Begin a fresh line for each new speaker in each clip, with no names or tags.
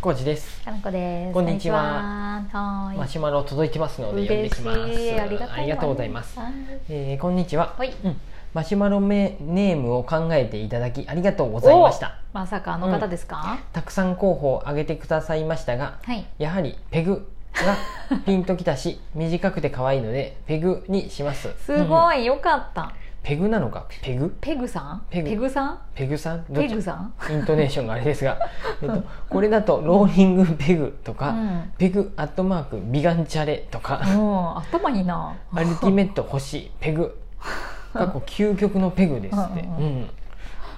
コージです。
かなこです。
こんにちは
こんにちは。
マ
はーい。
シュマロ届いてますので読んできます。
嬉しいありがとう
ございます。
は
えーこんにちは。
い。
うんマシュマロめネームを考えていただきありがとうございました。
まさかあの方ですか？
たくさん候補を挙げてくださいましたが、
はい。
やはりペグ がピンときたし、短くて可愛いのでペグにします。
す
うん
ごい、よかった。
ペグなのかペグ
ペグさん？
ペグ
さん？
ペグさんどっ
ペ
ち
グさん？
イントネーションがあれですが、えっと、これだとローリングペグとか、
うん。
ペグアットマークビガンチャレと か、
もう頭にな。
アルティメット星ペグ過去究極のペグですって、
うん
う
うん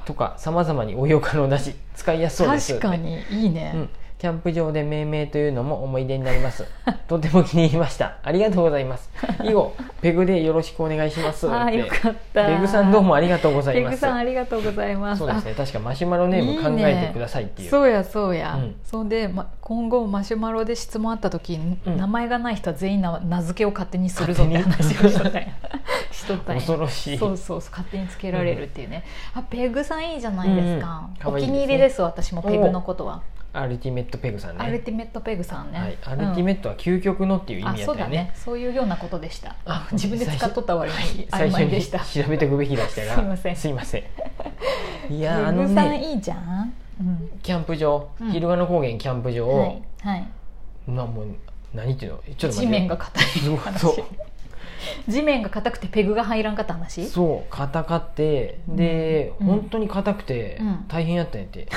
とかさまざまに応用可能だし使いやすそうです
確かにいいね
う。ん、キャンプ場で命名というのも思い出になり ますとても気に入りましたありがとうございます以後ペグでよろしくお願いします
ああ
って
よかった。
ペグさんどうもあ
り
りがとうございま
ペグ
す
さんありがとうございます。
そうですね確かマシュマロネーム考えてくださいっていう
そうやそうや、
うん
そんで、ま、今後マシュマロで質問あった時、
うん
名前がない人は全員な名付けを勝手にするぞって
勝手に
話をし とったんやしとったんや
恐ろしい
そうそうそう勝手につけられるっていうね、あペグさんいいじゃないですか
うん、可
お
愛いですね
気に入りです私もペグのことは、
アルティメットペグさんね
アルティメットペグさんね、
はい、アルティ
ッ
メットは究極のっていう
ト
意
あ
味や
そ
っ
う
たよ
だ
ね
ねそういうようなことでした
あ
自分で使っとった割に
最
曖
初
昧
に
でした
調べておくべきでしたが
すいません
すいませんい
ペ
やーあの
グさん
ね
いいじゃん、うん
キャンプ場
うん
昼ヶ野高原キャンプ場
は
を
い、はい
まあもう何っていうのちょっと待
地
って
面が硬い話
そう
地面が硬くてペグが入らんかった話
そう硬かってで、
うん
本当に硬くて、
うん
大変やったんやって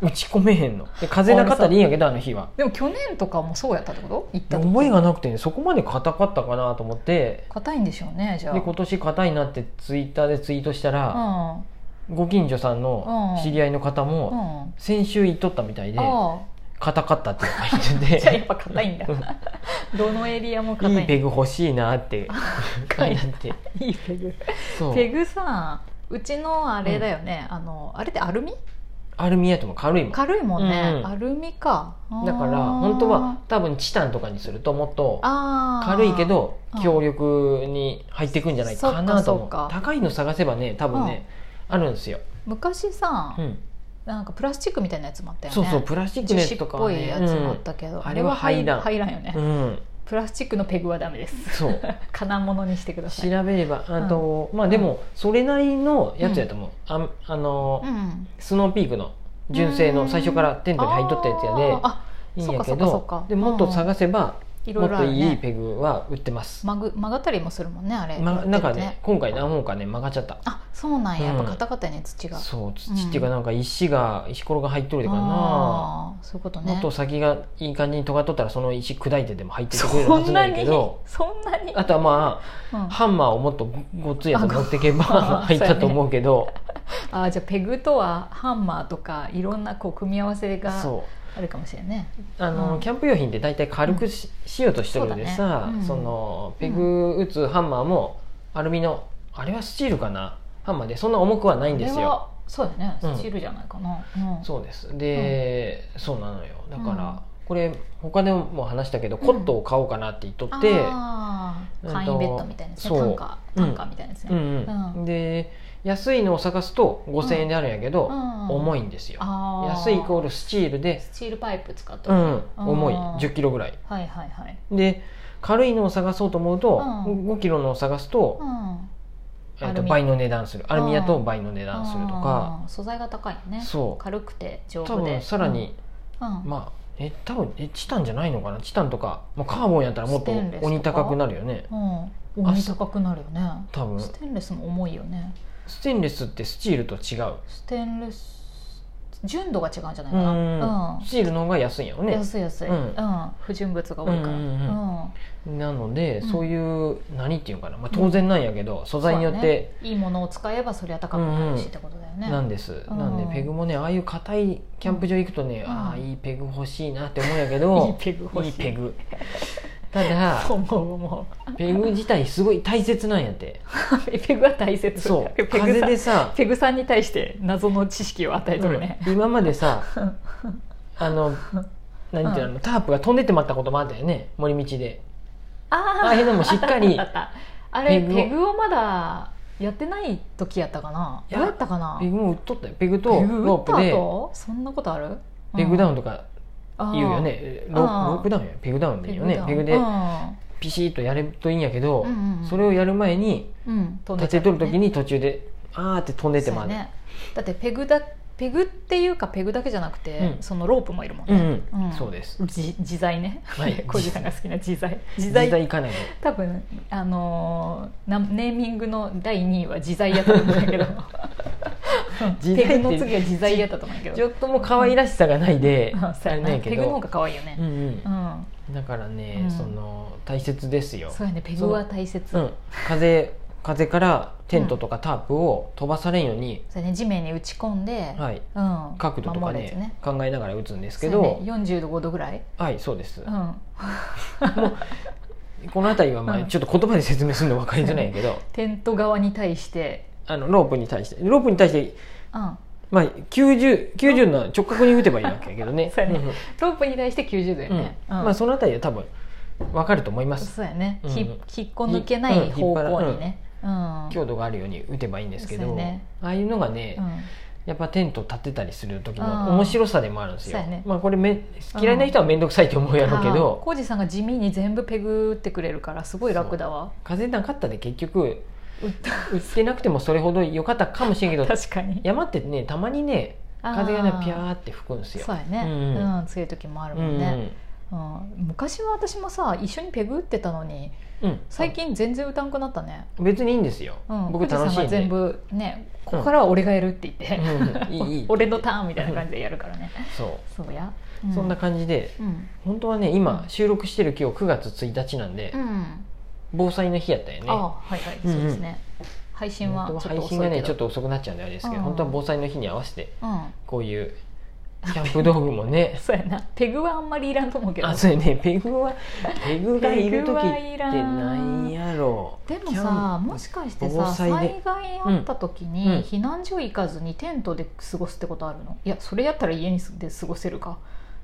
打ち込めへんので風なかったらいいんや けどあの日は
でも去年とかもそうやったってこと行った時
覚えがなくてねそこまで硬かったかなと思って
硬いんでしょうねじゃあ
で今年硬いなってツイッターでツイートしたら、
うん
ご近所さんの
うん
知り合いの方も
うん
先週行っとったみたいで
あ
硬かったって書いて
あ
て
じゃあやっぱ硬いんだ
う
どのエリアも硬い
い
ん
い
だ
ペグ欲しいなって書いてあって
いいペグ
そう
ペグさうちのあれだよね、あのあれってアルミ
アルミやとも軽いもんだか
軽いもんね、
うん
アルミからあー
本当は多分チタンとかにするともっと
あー
軽いけど
あー
強力に入っていくんじゃないかなと思
そうっかそっか
高いの探せばね多分ねあるんですよ、
昔さ、
うん、
なんかプラスチックみたいなやつもあったよね
そうそうプラスチック
樹
のや
脂
つ
っ
とか
ぽ
はいね
やつもあったけど、
うんあれは入らん
入らんよね、
うんうん
プラスチックのペグはダメです
そう
金物にしてください
調べればあと、まあでもそれなりのやつやと思う、ああのー
ん
スノーピークの純正の最初からテントに入っとったやつや
あーあ
でいいん
そっ
や
か
け
そっかそっ
ど
か
でもっと探せば、
いろ
も
い
っ
ろあ
と
る
いい
ね
ペグは売ってます、
曲ぐ曲がったりもするもんねあれ、
ま、なんかね今回何
な
本かね曲がっちゃった
あそうなんや
うん
やっぱ硬かったよね土が、
そう土っていうかなんか石が石ころが入っとるでかな、
あーそういうこと
もっ
ね
と先がいい感じに尖っとったらその石砕いてでも入ってきてくれる
そ
はず
ん
な
なん
やけ
に
ど
そんなに
あとはま
う
あ
ん
ハンマーをもっとごっついやつ持ってけば
あご
入ったと思うけど
あーじゃあペグとはハンマーとかいろんなこう組み合わせが
そう
あるかもしれないね
あの、
うん
キャンプ用品って大体軽くし,、ようとしてるのでさ
そうだ
そ,、
ねうん
のペグ打つハンマーもアルミのあれはスチールかなハンマーでそんな重くはないんです
あれ
よ
はそうだね
うん
スチールじゃないかな、うん
そうですで、そうなのよだから、
うん
これ他でも話したけどコットを買おうかなって言っとって、
あー簡易ベッドみたいなやつね
そう
単価単価みたいなやつね、
うんうんで安いのを探すと5,000円であるんやけど、重い
い
んですよ
安
安いイコールスチールで、
スチールパイプ使った
う
の、
ん、重い
あー
1 0キロぐらい
はいはいはい、
で軽いのを探そうと思うと、
うん
5キロのを探すと,、
うん、
えっ
ア
と
ルミ
倍の値段するアルミだと
うん
倍の値段するとか、
あー素材が高いよね
そう
軽くて丈
多
夫で
分さらに、
うんうん
まあえ多分えチタンじゃないのかなチタンとか、まあ、カーボンやったらもっと
ステンレスとか
鬼高くなるよね
うん、重み高くなるよね
多分
ステンレスも重いよね
ステンレスってスチールと違う
ステンレス純度が違うんじゃないうかな、
んスチールの方が安いんやろね
安い安い、
う
うんん不純物が多いから、
うんうん
うん
なので、
うん
そういう何っていうのかな、まあ、当然なんやけど、素材によっ
そうだ
て
ねいいものを使えばそりゃ高くなるしってことだよね、
なんです、
うん
なんでペグもねああいう硬いキャンプ場行くとね、
うん
ああいいペグ欲しいなって思うんやけ
いい
ど
ペグ欲しい
いいペグただ
そう 思う思
ペグ自体すごい大切なんやって
うペグは大切
そう
ペグさん
風でさ、
ペグさんに対して謎の知識を与えとるね、
うん今まで さあの何ていうの、タープが飛んでってまったこともあったよね森道で
あ
ああいうのもしっかり
あったあったあれ
ペ
ペ
グを
グをまだやってない時やったかない
や
どうやったかな
ペグも売っとったよペグと
ペ
ロ
グ打
ー
った
プで
後そんなことある、
ペグダウンとか言うよね、ロロ
あー
ープダウンやペグダウンでいいよねペグ
う
で
ん
ピシッとやるといいんやけど、
うんうん
それをやる前に
うん、飛んで
立
ちゃ
て
う
とる時
ね
に途中であーって飛んでって
そう
ま
や
うね
ねだってペグだペグっていうかペグだけじゃなくて、
うん
そのロープもいるもん
うん
ね、
うん、
うん
そうです
じ自在ね、
はい
小路さんが好きな自在自
時
在
代行かないの
多分あのーなネーミングの第2位は自在やったと思うん だけど
自在って
ペグの次は自在やったと思うんだ け
ち
ど
ょっとも可愛らしさがないで、
うんそうや
あれなん
ね
やけ
ペ
ど
グの方が可愛いよね
う、ん
うん
うん、だからね、
うん
その大切ですよ
そうやねペグは大切
うん、風風からテントとかタープを飛ばされんように、
そうやね地面に打ち込んで、
はい、
うん、
角度とか
守
ね
るやつね
考えながら打つんです
そ
け
うや
ど、
ね45度ぐらい、
はいそうです、
うん、
この辺りはまあ
うん
ちょっと言葉で説明するの分かりづらいんやけど、
テント側に対して、
あのロープに対してロープに対して、
うん、
まあ、90, 90の直角に打てばいいわけやけどね
そうやねロープに対して90度や
うんうん
ね、うん
まあ、その辺りは多分分かると思います
そうやね、
うん
ひ引っこ抜けない方向にね、うん
強度があるように打てばいいんですけ
そ
ど、
うやね
ああいうのがね、
うん
やっぱテント立てたりする時
あー
の面白さでもあるんですよ、
そうやね
まあ、これめ嫌いな人は面倒くさいと思うやろうけ
あー
ど
浩二さんが地味に全部ペグってくれるからすごい楽だわ
風なかったで結局
う
売ってなくてもそれほど良かったかもしれんけ ど
確かに
山ってねたまにね風がねピャ
ー
ーって吹くんですよ
そうやね、
う
うんん強い時もあるもんね、うん昔は私もさ一緒にペグ打ってたのに
うんうん、
最近全然打たんくなったね、
あ別にいいんですよ、
うん、
僕楽
浩二
し
さん
い
が
んで
全部ねここからは俺がやるって言って、
うんいいいい
俺のターンみたいな感じでやるからね
そ
そうや、
う、そんな感じで
うん、
本当はね今収録してる今日9月1日なんで、
うん
防災の日やったよね
ああはいはい、
うんうん
そうですね配信は
本当は
ちょっ
配
と遅い
信がね
け
ちょ
ど
っと遅くなっちゃうんであれですけど、
うん
本当は防災の日に合わせて
うん
こういうキャンプ道具もね
そうやなペグはあんまりいらんと思うけど
あそうやねペ グはペグがいる時っ
ペグはい
て
らん
ないやろ
でも
キャ
さ
ンプ
もしかして
防
さ
災で
災害あった時に、
うんうん
避難所行かずにテントで過ごすってことあるのいやそれやったら家にで過ごせるか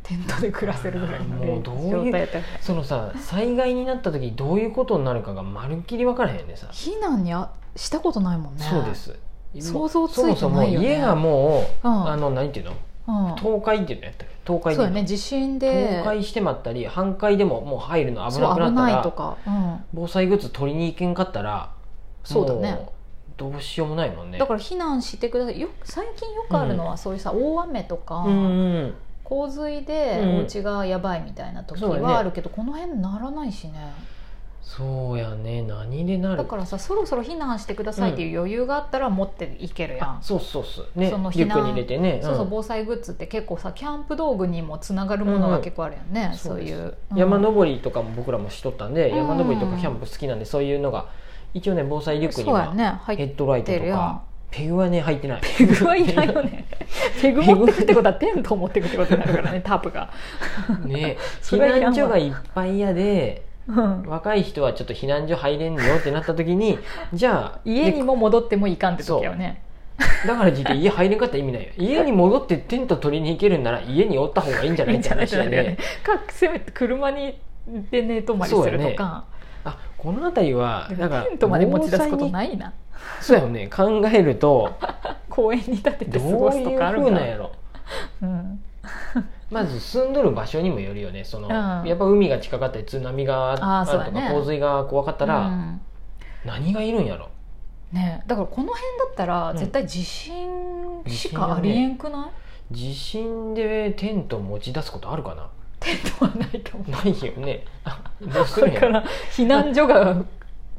テントで暮らせるぐらいの
もうどういう
状態やったら
そのさ災害になった時どういうことになるかがまるっきり分からへんよねさ
避難にあしたことないもんね
そうで、す
想像ついて
そもそも
ないよね
家がもう、
うん
あの何ていうの
うん、
倒壊っていうのやったっけ倒壊ってい
そ
う
うや
の
ね地震で
倒壊してまったり半壊でももう入るの危
そ
な
う
くな
危
った
ないと
ら
か、うん、
防災グッズ取りに行けんかったら
そうだね
もうどうしようもないもんね
だから避難してくださいよ最近よくあるのはそういうさ、大雨とか、
うんうん
洪水で
うん
お家がやばいみたいな時
そうだね
はあるけど、この辺ならないしね
そうやね何でな
だ
る
からさそろそろ避難してくださいっていう余裕があったら持っていけるやん、
あそうそうそうね
その
リュ
避
ック
難
に入れてね
そうそう
うん
防災グッズって結構さキャンプ道具にもつながるものが結構あるよね、
うん
そうい
そう
う、
山登りとかも僕らもしとったんで、
うん
山登りとかキャンプ好きなんでそういうのが一応ね防災リュックに
そうや
は
ね入
ヘ
っ
ッドライト
て
と
るや
か
ん
ペグはね入ってない
ペグはいないよ ねペグ持ってくってことはテントを持ってくってことになる からねタープが、
ね
そ
避
れはいらんわ
難所がいっぱいやで
うん
若い人はちょっと避難所入れんよってなった時にじゃあ
家に
で
も戻ってもいかんって時よね
だから実際家入れんかったら意味ないよ家に戻ってテント取りに行けるんなら家におった方がいいんじゃない
い
っ
いん
て
じゃない
話
じ
や
ゃ ない
ね
かせめて車にで寝泊まりするとか、
あこの辺りは
で
だ
も
から
テントまで持ち出すこと
い
ないな
そうやよね考えると
公園に立てて過
ど
ご
う
す
いう
と
ふ
かあるんか
う
な
なんやろ
うん
まず住んどる場所にもよるよねその、
うん
やっぱ海が近かったり津波があ
あーそう
る
だ
と
ね
か、洪水が怖かったら、
うん
何がいるんやろ
ねだからこの辺だったら
うん
絶対地震し
地震だね
かありえんくない、
地震でテント持ち出すことあるかな
テントはないと思う
ないよねあどうす
こ
るん
れ
や
か
ろ
ら避難所が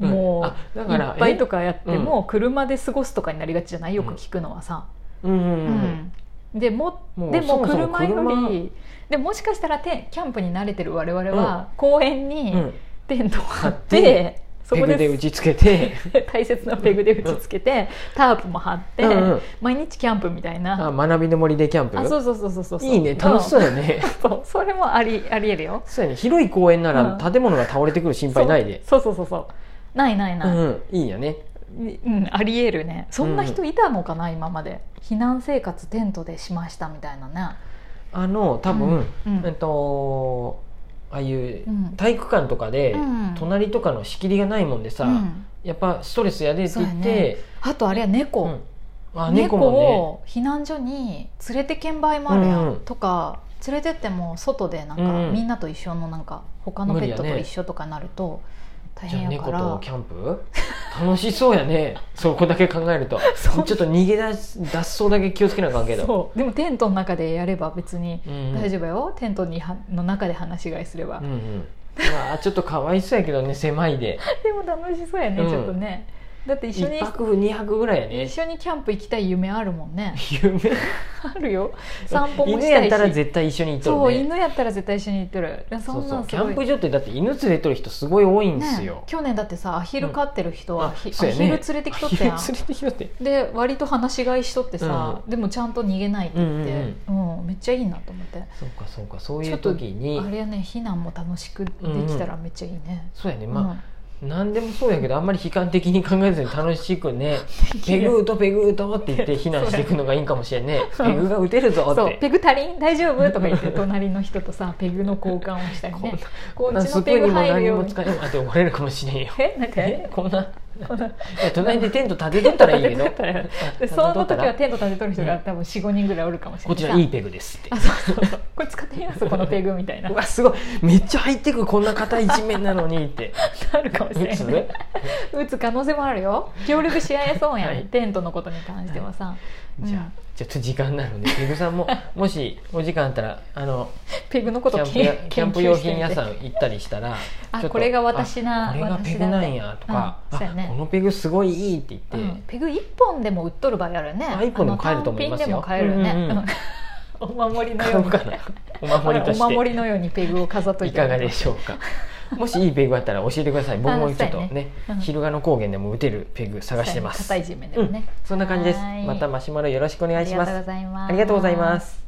うん
も
あ
う
だ
い
から
っぱいとかやって
えうん
も車で過ごすとかになりがちじゃないよく
うん
聞くのはさ、
えうんうんうん
うんでも
もう
で
そ
も
もそも
車よ
車
りでもしかしたらてキャンプに慣れてる我々は、公園
う
に
ん
テントを張
張
っ、
って
そ
ペ
こ
グで
で
打ちつけて
大切なペグで打ちつけて、タープも張って、
うんうん
毎日キャンプみたいな
あ学びの森でキャンプ
あそうそうそうそうそうそう
いいね楽しそううやね
んそうそれもありありえるよ
そうやね広い公園なら
う
建物が倒れてくる心配ないで
そうそうそうそうないないな
うん
い、うん
うんいいよね
ありえるねそんな人いたのかな、今まで避難生活テントでしましたみたいなね
あの多分、
うんうん
えっとああいう
うん
体育館とかで、
うん
隣とかの仕切りがないもんでさ、
うん
やっぱストレスやでって言って、
あとあれは猫、
うんあ
猫
猫もね
を避難所に連れてけん場合もある
う
や
んうん
んとか連れてっても外でなんか
うんうん
みんなと一緒のなんか他のペットと一緒とかなると大
じゃあ
変やか
猫
ら
とキャンプ 楽しそうやねそこだけ考えると
そう
ちょっと逃げ出す脱走だけ気をつけなあかんけど
そうでもテントの中でやれば別に
うん
大丈夫よテントにはの中で話し合いすれば
うんうんうわあちょっとかわいそうやけどね狭いで
でも楽しそうやね
うん
ちょっとねだって一緒
1
に
泊2泊ぐらいやね
一緒にキャンプ行きたい夢あるも んね
夢
あるよ散歩も
犬
した
やっ
い
たら
し
絶対一緒に行っ
そ
と
う
るね
犬やったら絶対一緒に行ってるいやそんなん
キ
すご
ャン
い
プ場ってだって犬連れとる人すごい多いんですよ
ね、去年だってさアヒル飼ってる人は、
あ
ひア
そう
ヒ
や
ル
ね
連れてきとったやん
昼連れてきとって
で割と話し飼いしとってさ、でもちゃんと逃げないって言って、うんめっちゃいいなと思って
そうかそうかそうい
ちょ
う
っと
時に
あれやね避難も楽しくできたらめっちゃいいね、
そうやね
うん
まあ、何でもそうやけどあんまり悲観的に考えずに楽しく ねペグーとペグーとって言って避難していくのがいいんかもしれんね
そう
ペグが打てるぞっ
そう
て
ペグ足りん大丈 夫とか言って隣の人とさペグの交換をしたり
こんな
ね
こんなん
うち
ス
の
プー
ペ
ンに
グ
も
入る
何に
よ
も使えないあでも折れるかもしれんよ
えなんか
え
ね
こんな
この
いや隣でテント立てとったらいいけど
立てとったらで
立て
そ
と
の
った
時
ら
はテント立てとる人が多分45人ぐらいおるかもしれな
こ
い
ちらいいペグですって
あそうそうそうこれ使ってみますこのペグみたいな
うわすごいめっちゃ入ってくこんな硬い地面なのにって
あるかもし
打
れない
つ
打つ可能性もあるよ協力し合えそうやん、
はい
テントのことに関してはさ、うん
じゃあちょっと時間なのでペグさんももしお時間あったらあの
ペグのこ
キ
と
ャンプや
研
キャンプ
研
用
究してみ
品
て
屋さん行ったりしたら
あ
ちょっと
これが私な
あこれがペグなんやとか、
私だみたいなうんそうや
あ
ね
このペグすごいいいって
う
言って、
んペグ一本でも売っとる場合あるよね
あ一本でも買えると思いますよ
あの単品でも買えるよね、
うんうん
お守りの
買
よ
お
う
う
に
かなお守りとして
お守りのようにペグを飾っとい
い
ても
かがでしょうかもしいいペグあったら教えてください僕もちょっと
あそうや
ね
ねうん
昼賀の高原でも打てるペグ探してます
硬い地面でもね、
そんな感じです
はーい
またマシュマロよろしくお願いし
あ
ま
りがと
す
うございます
ありがとうございます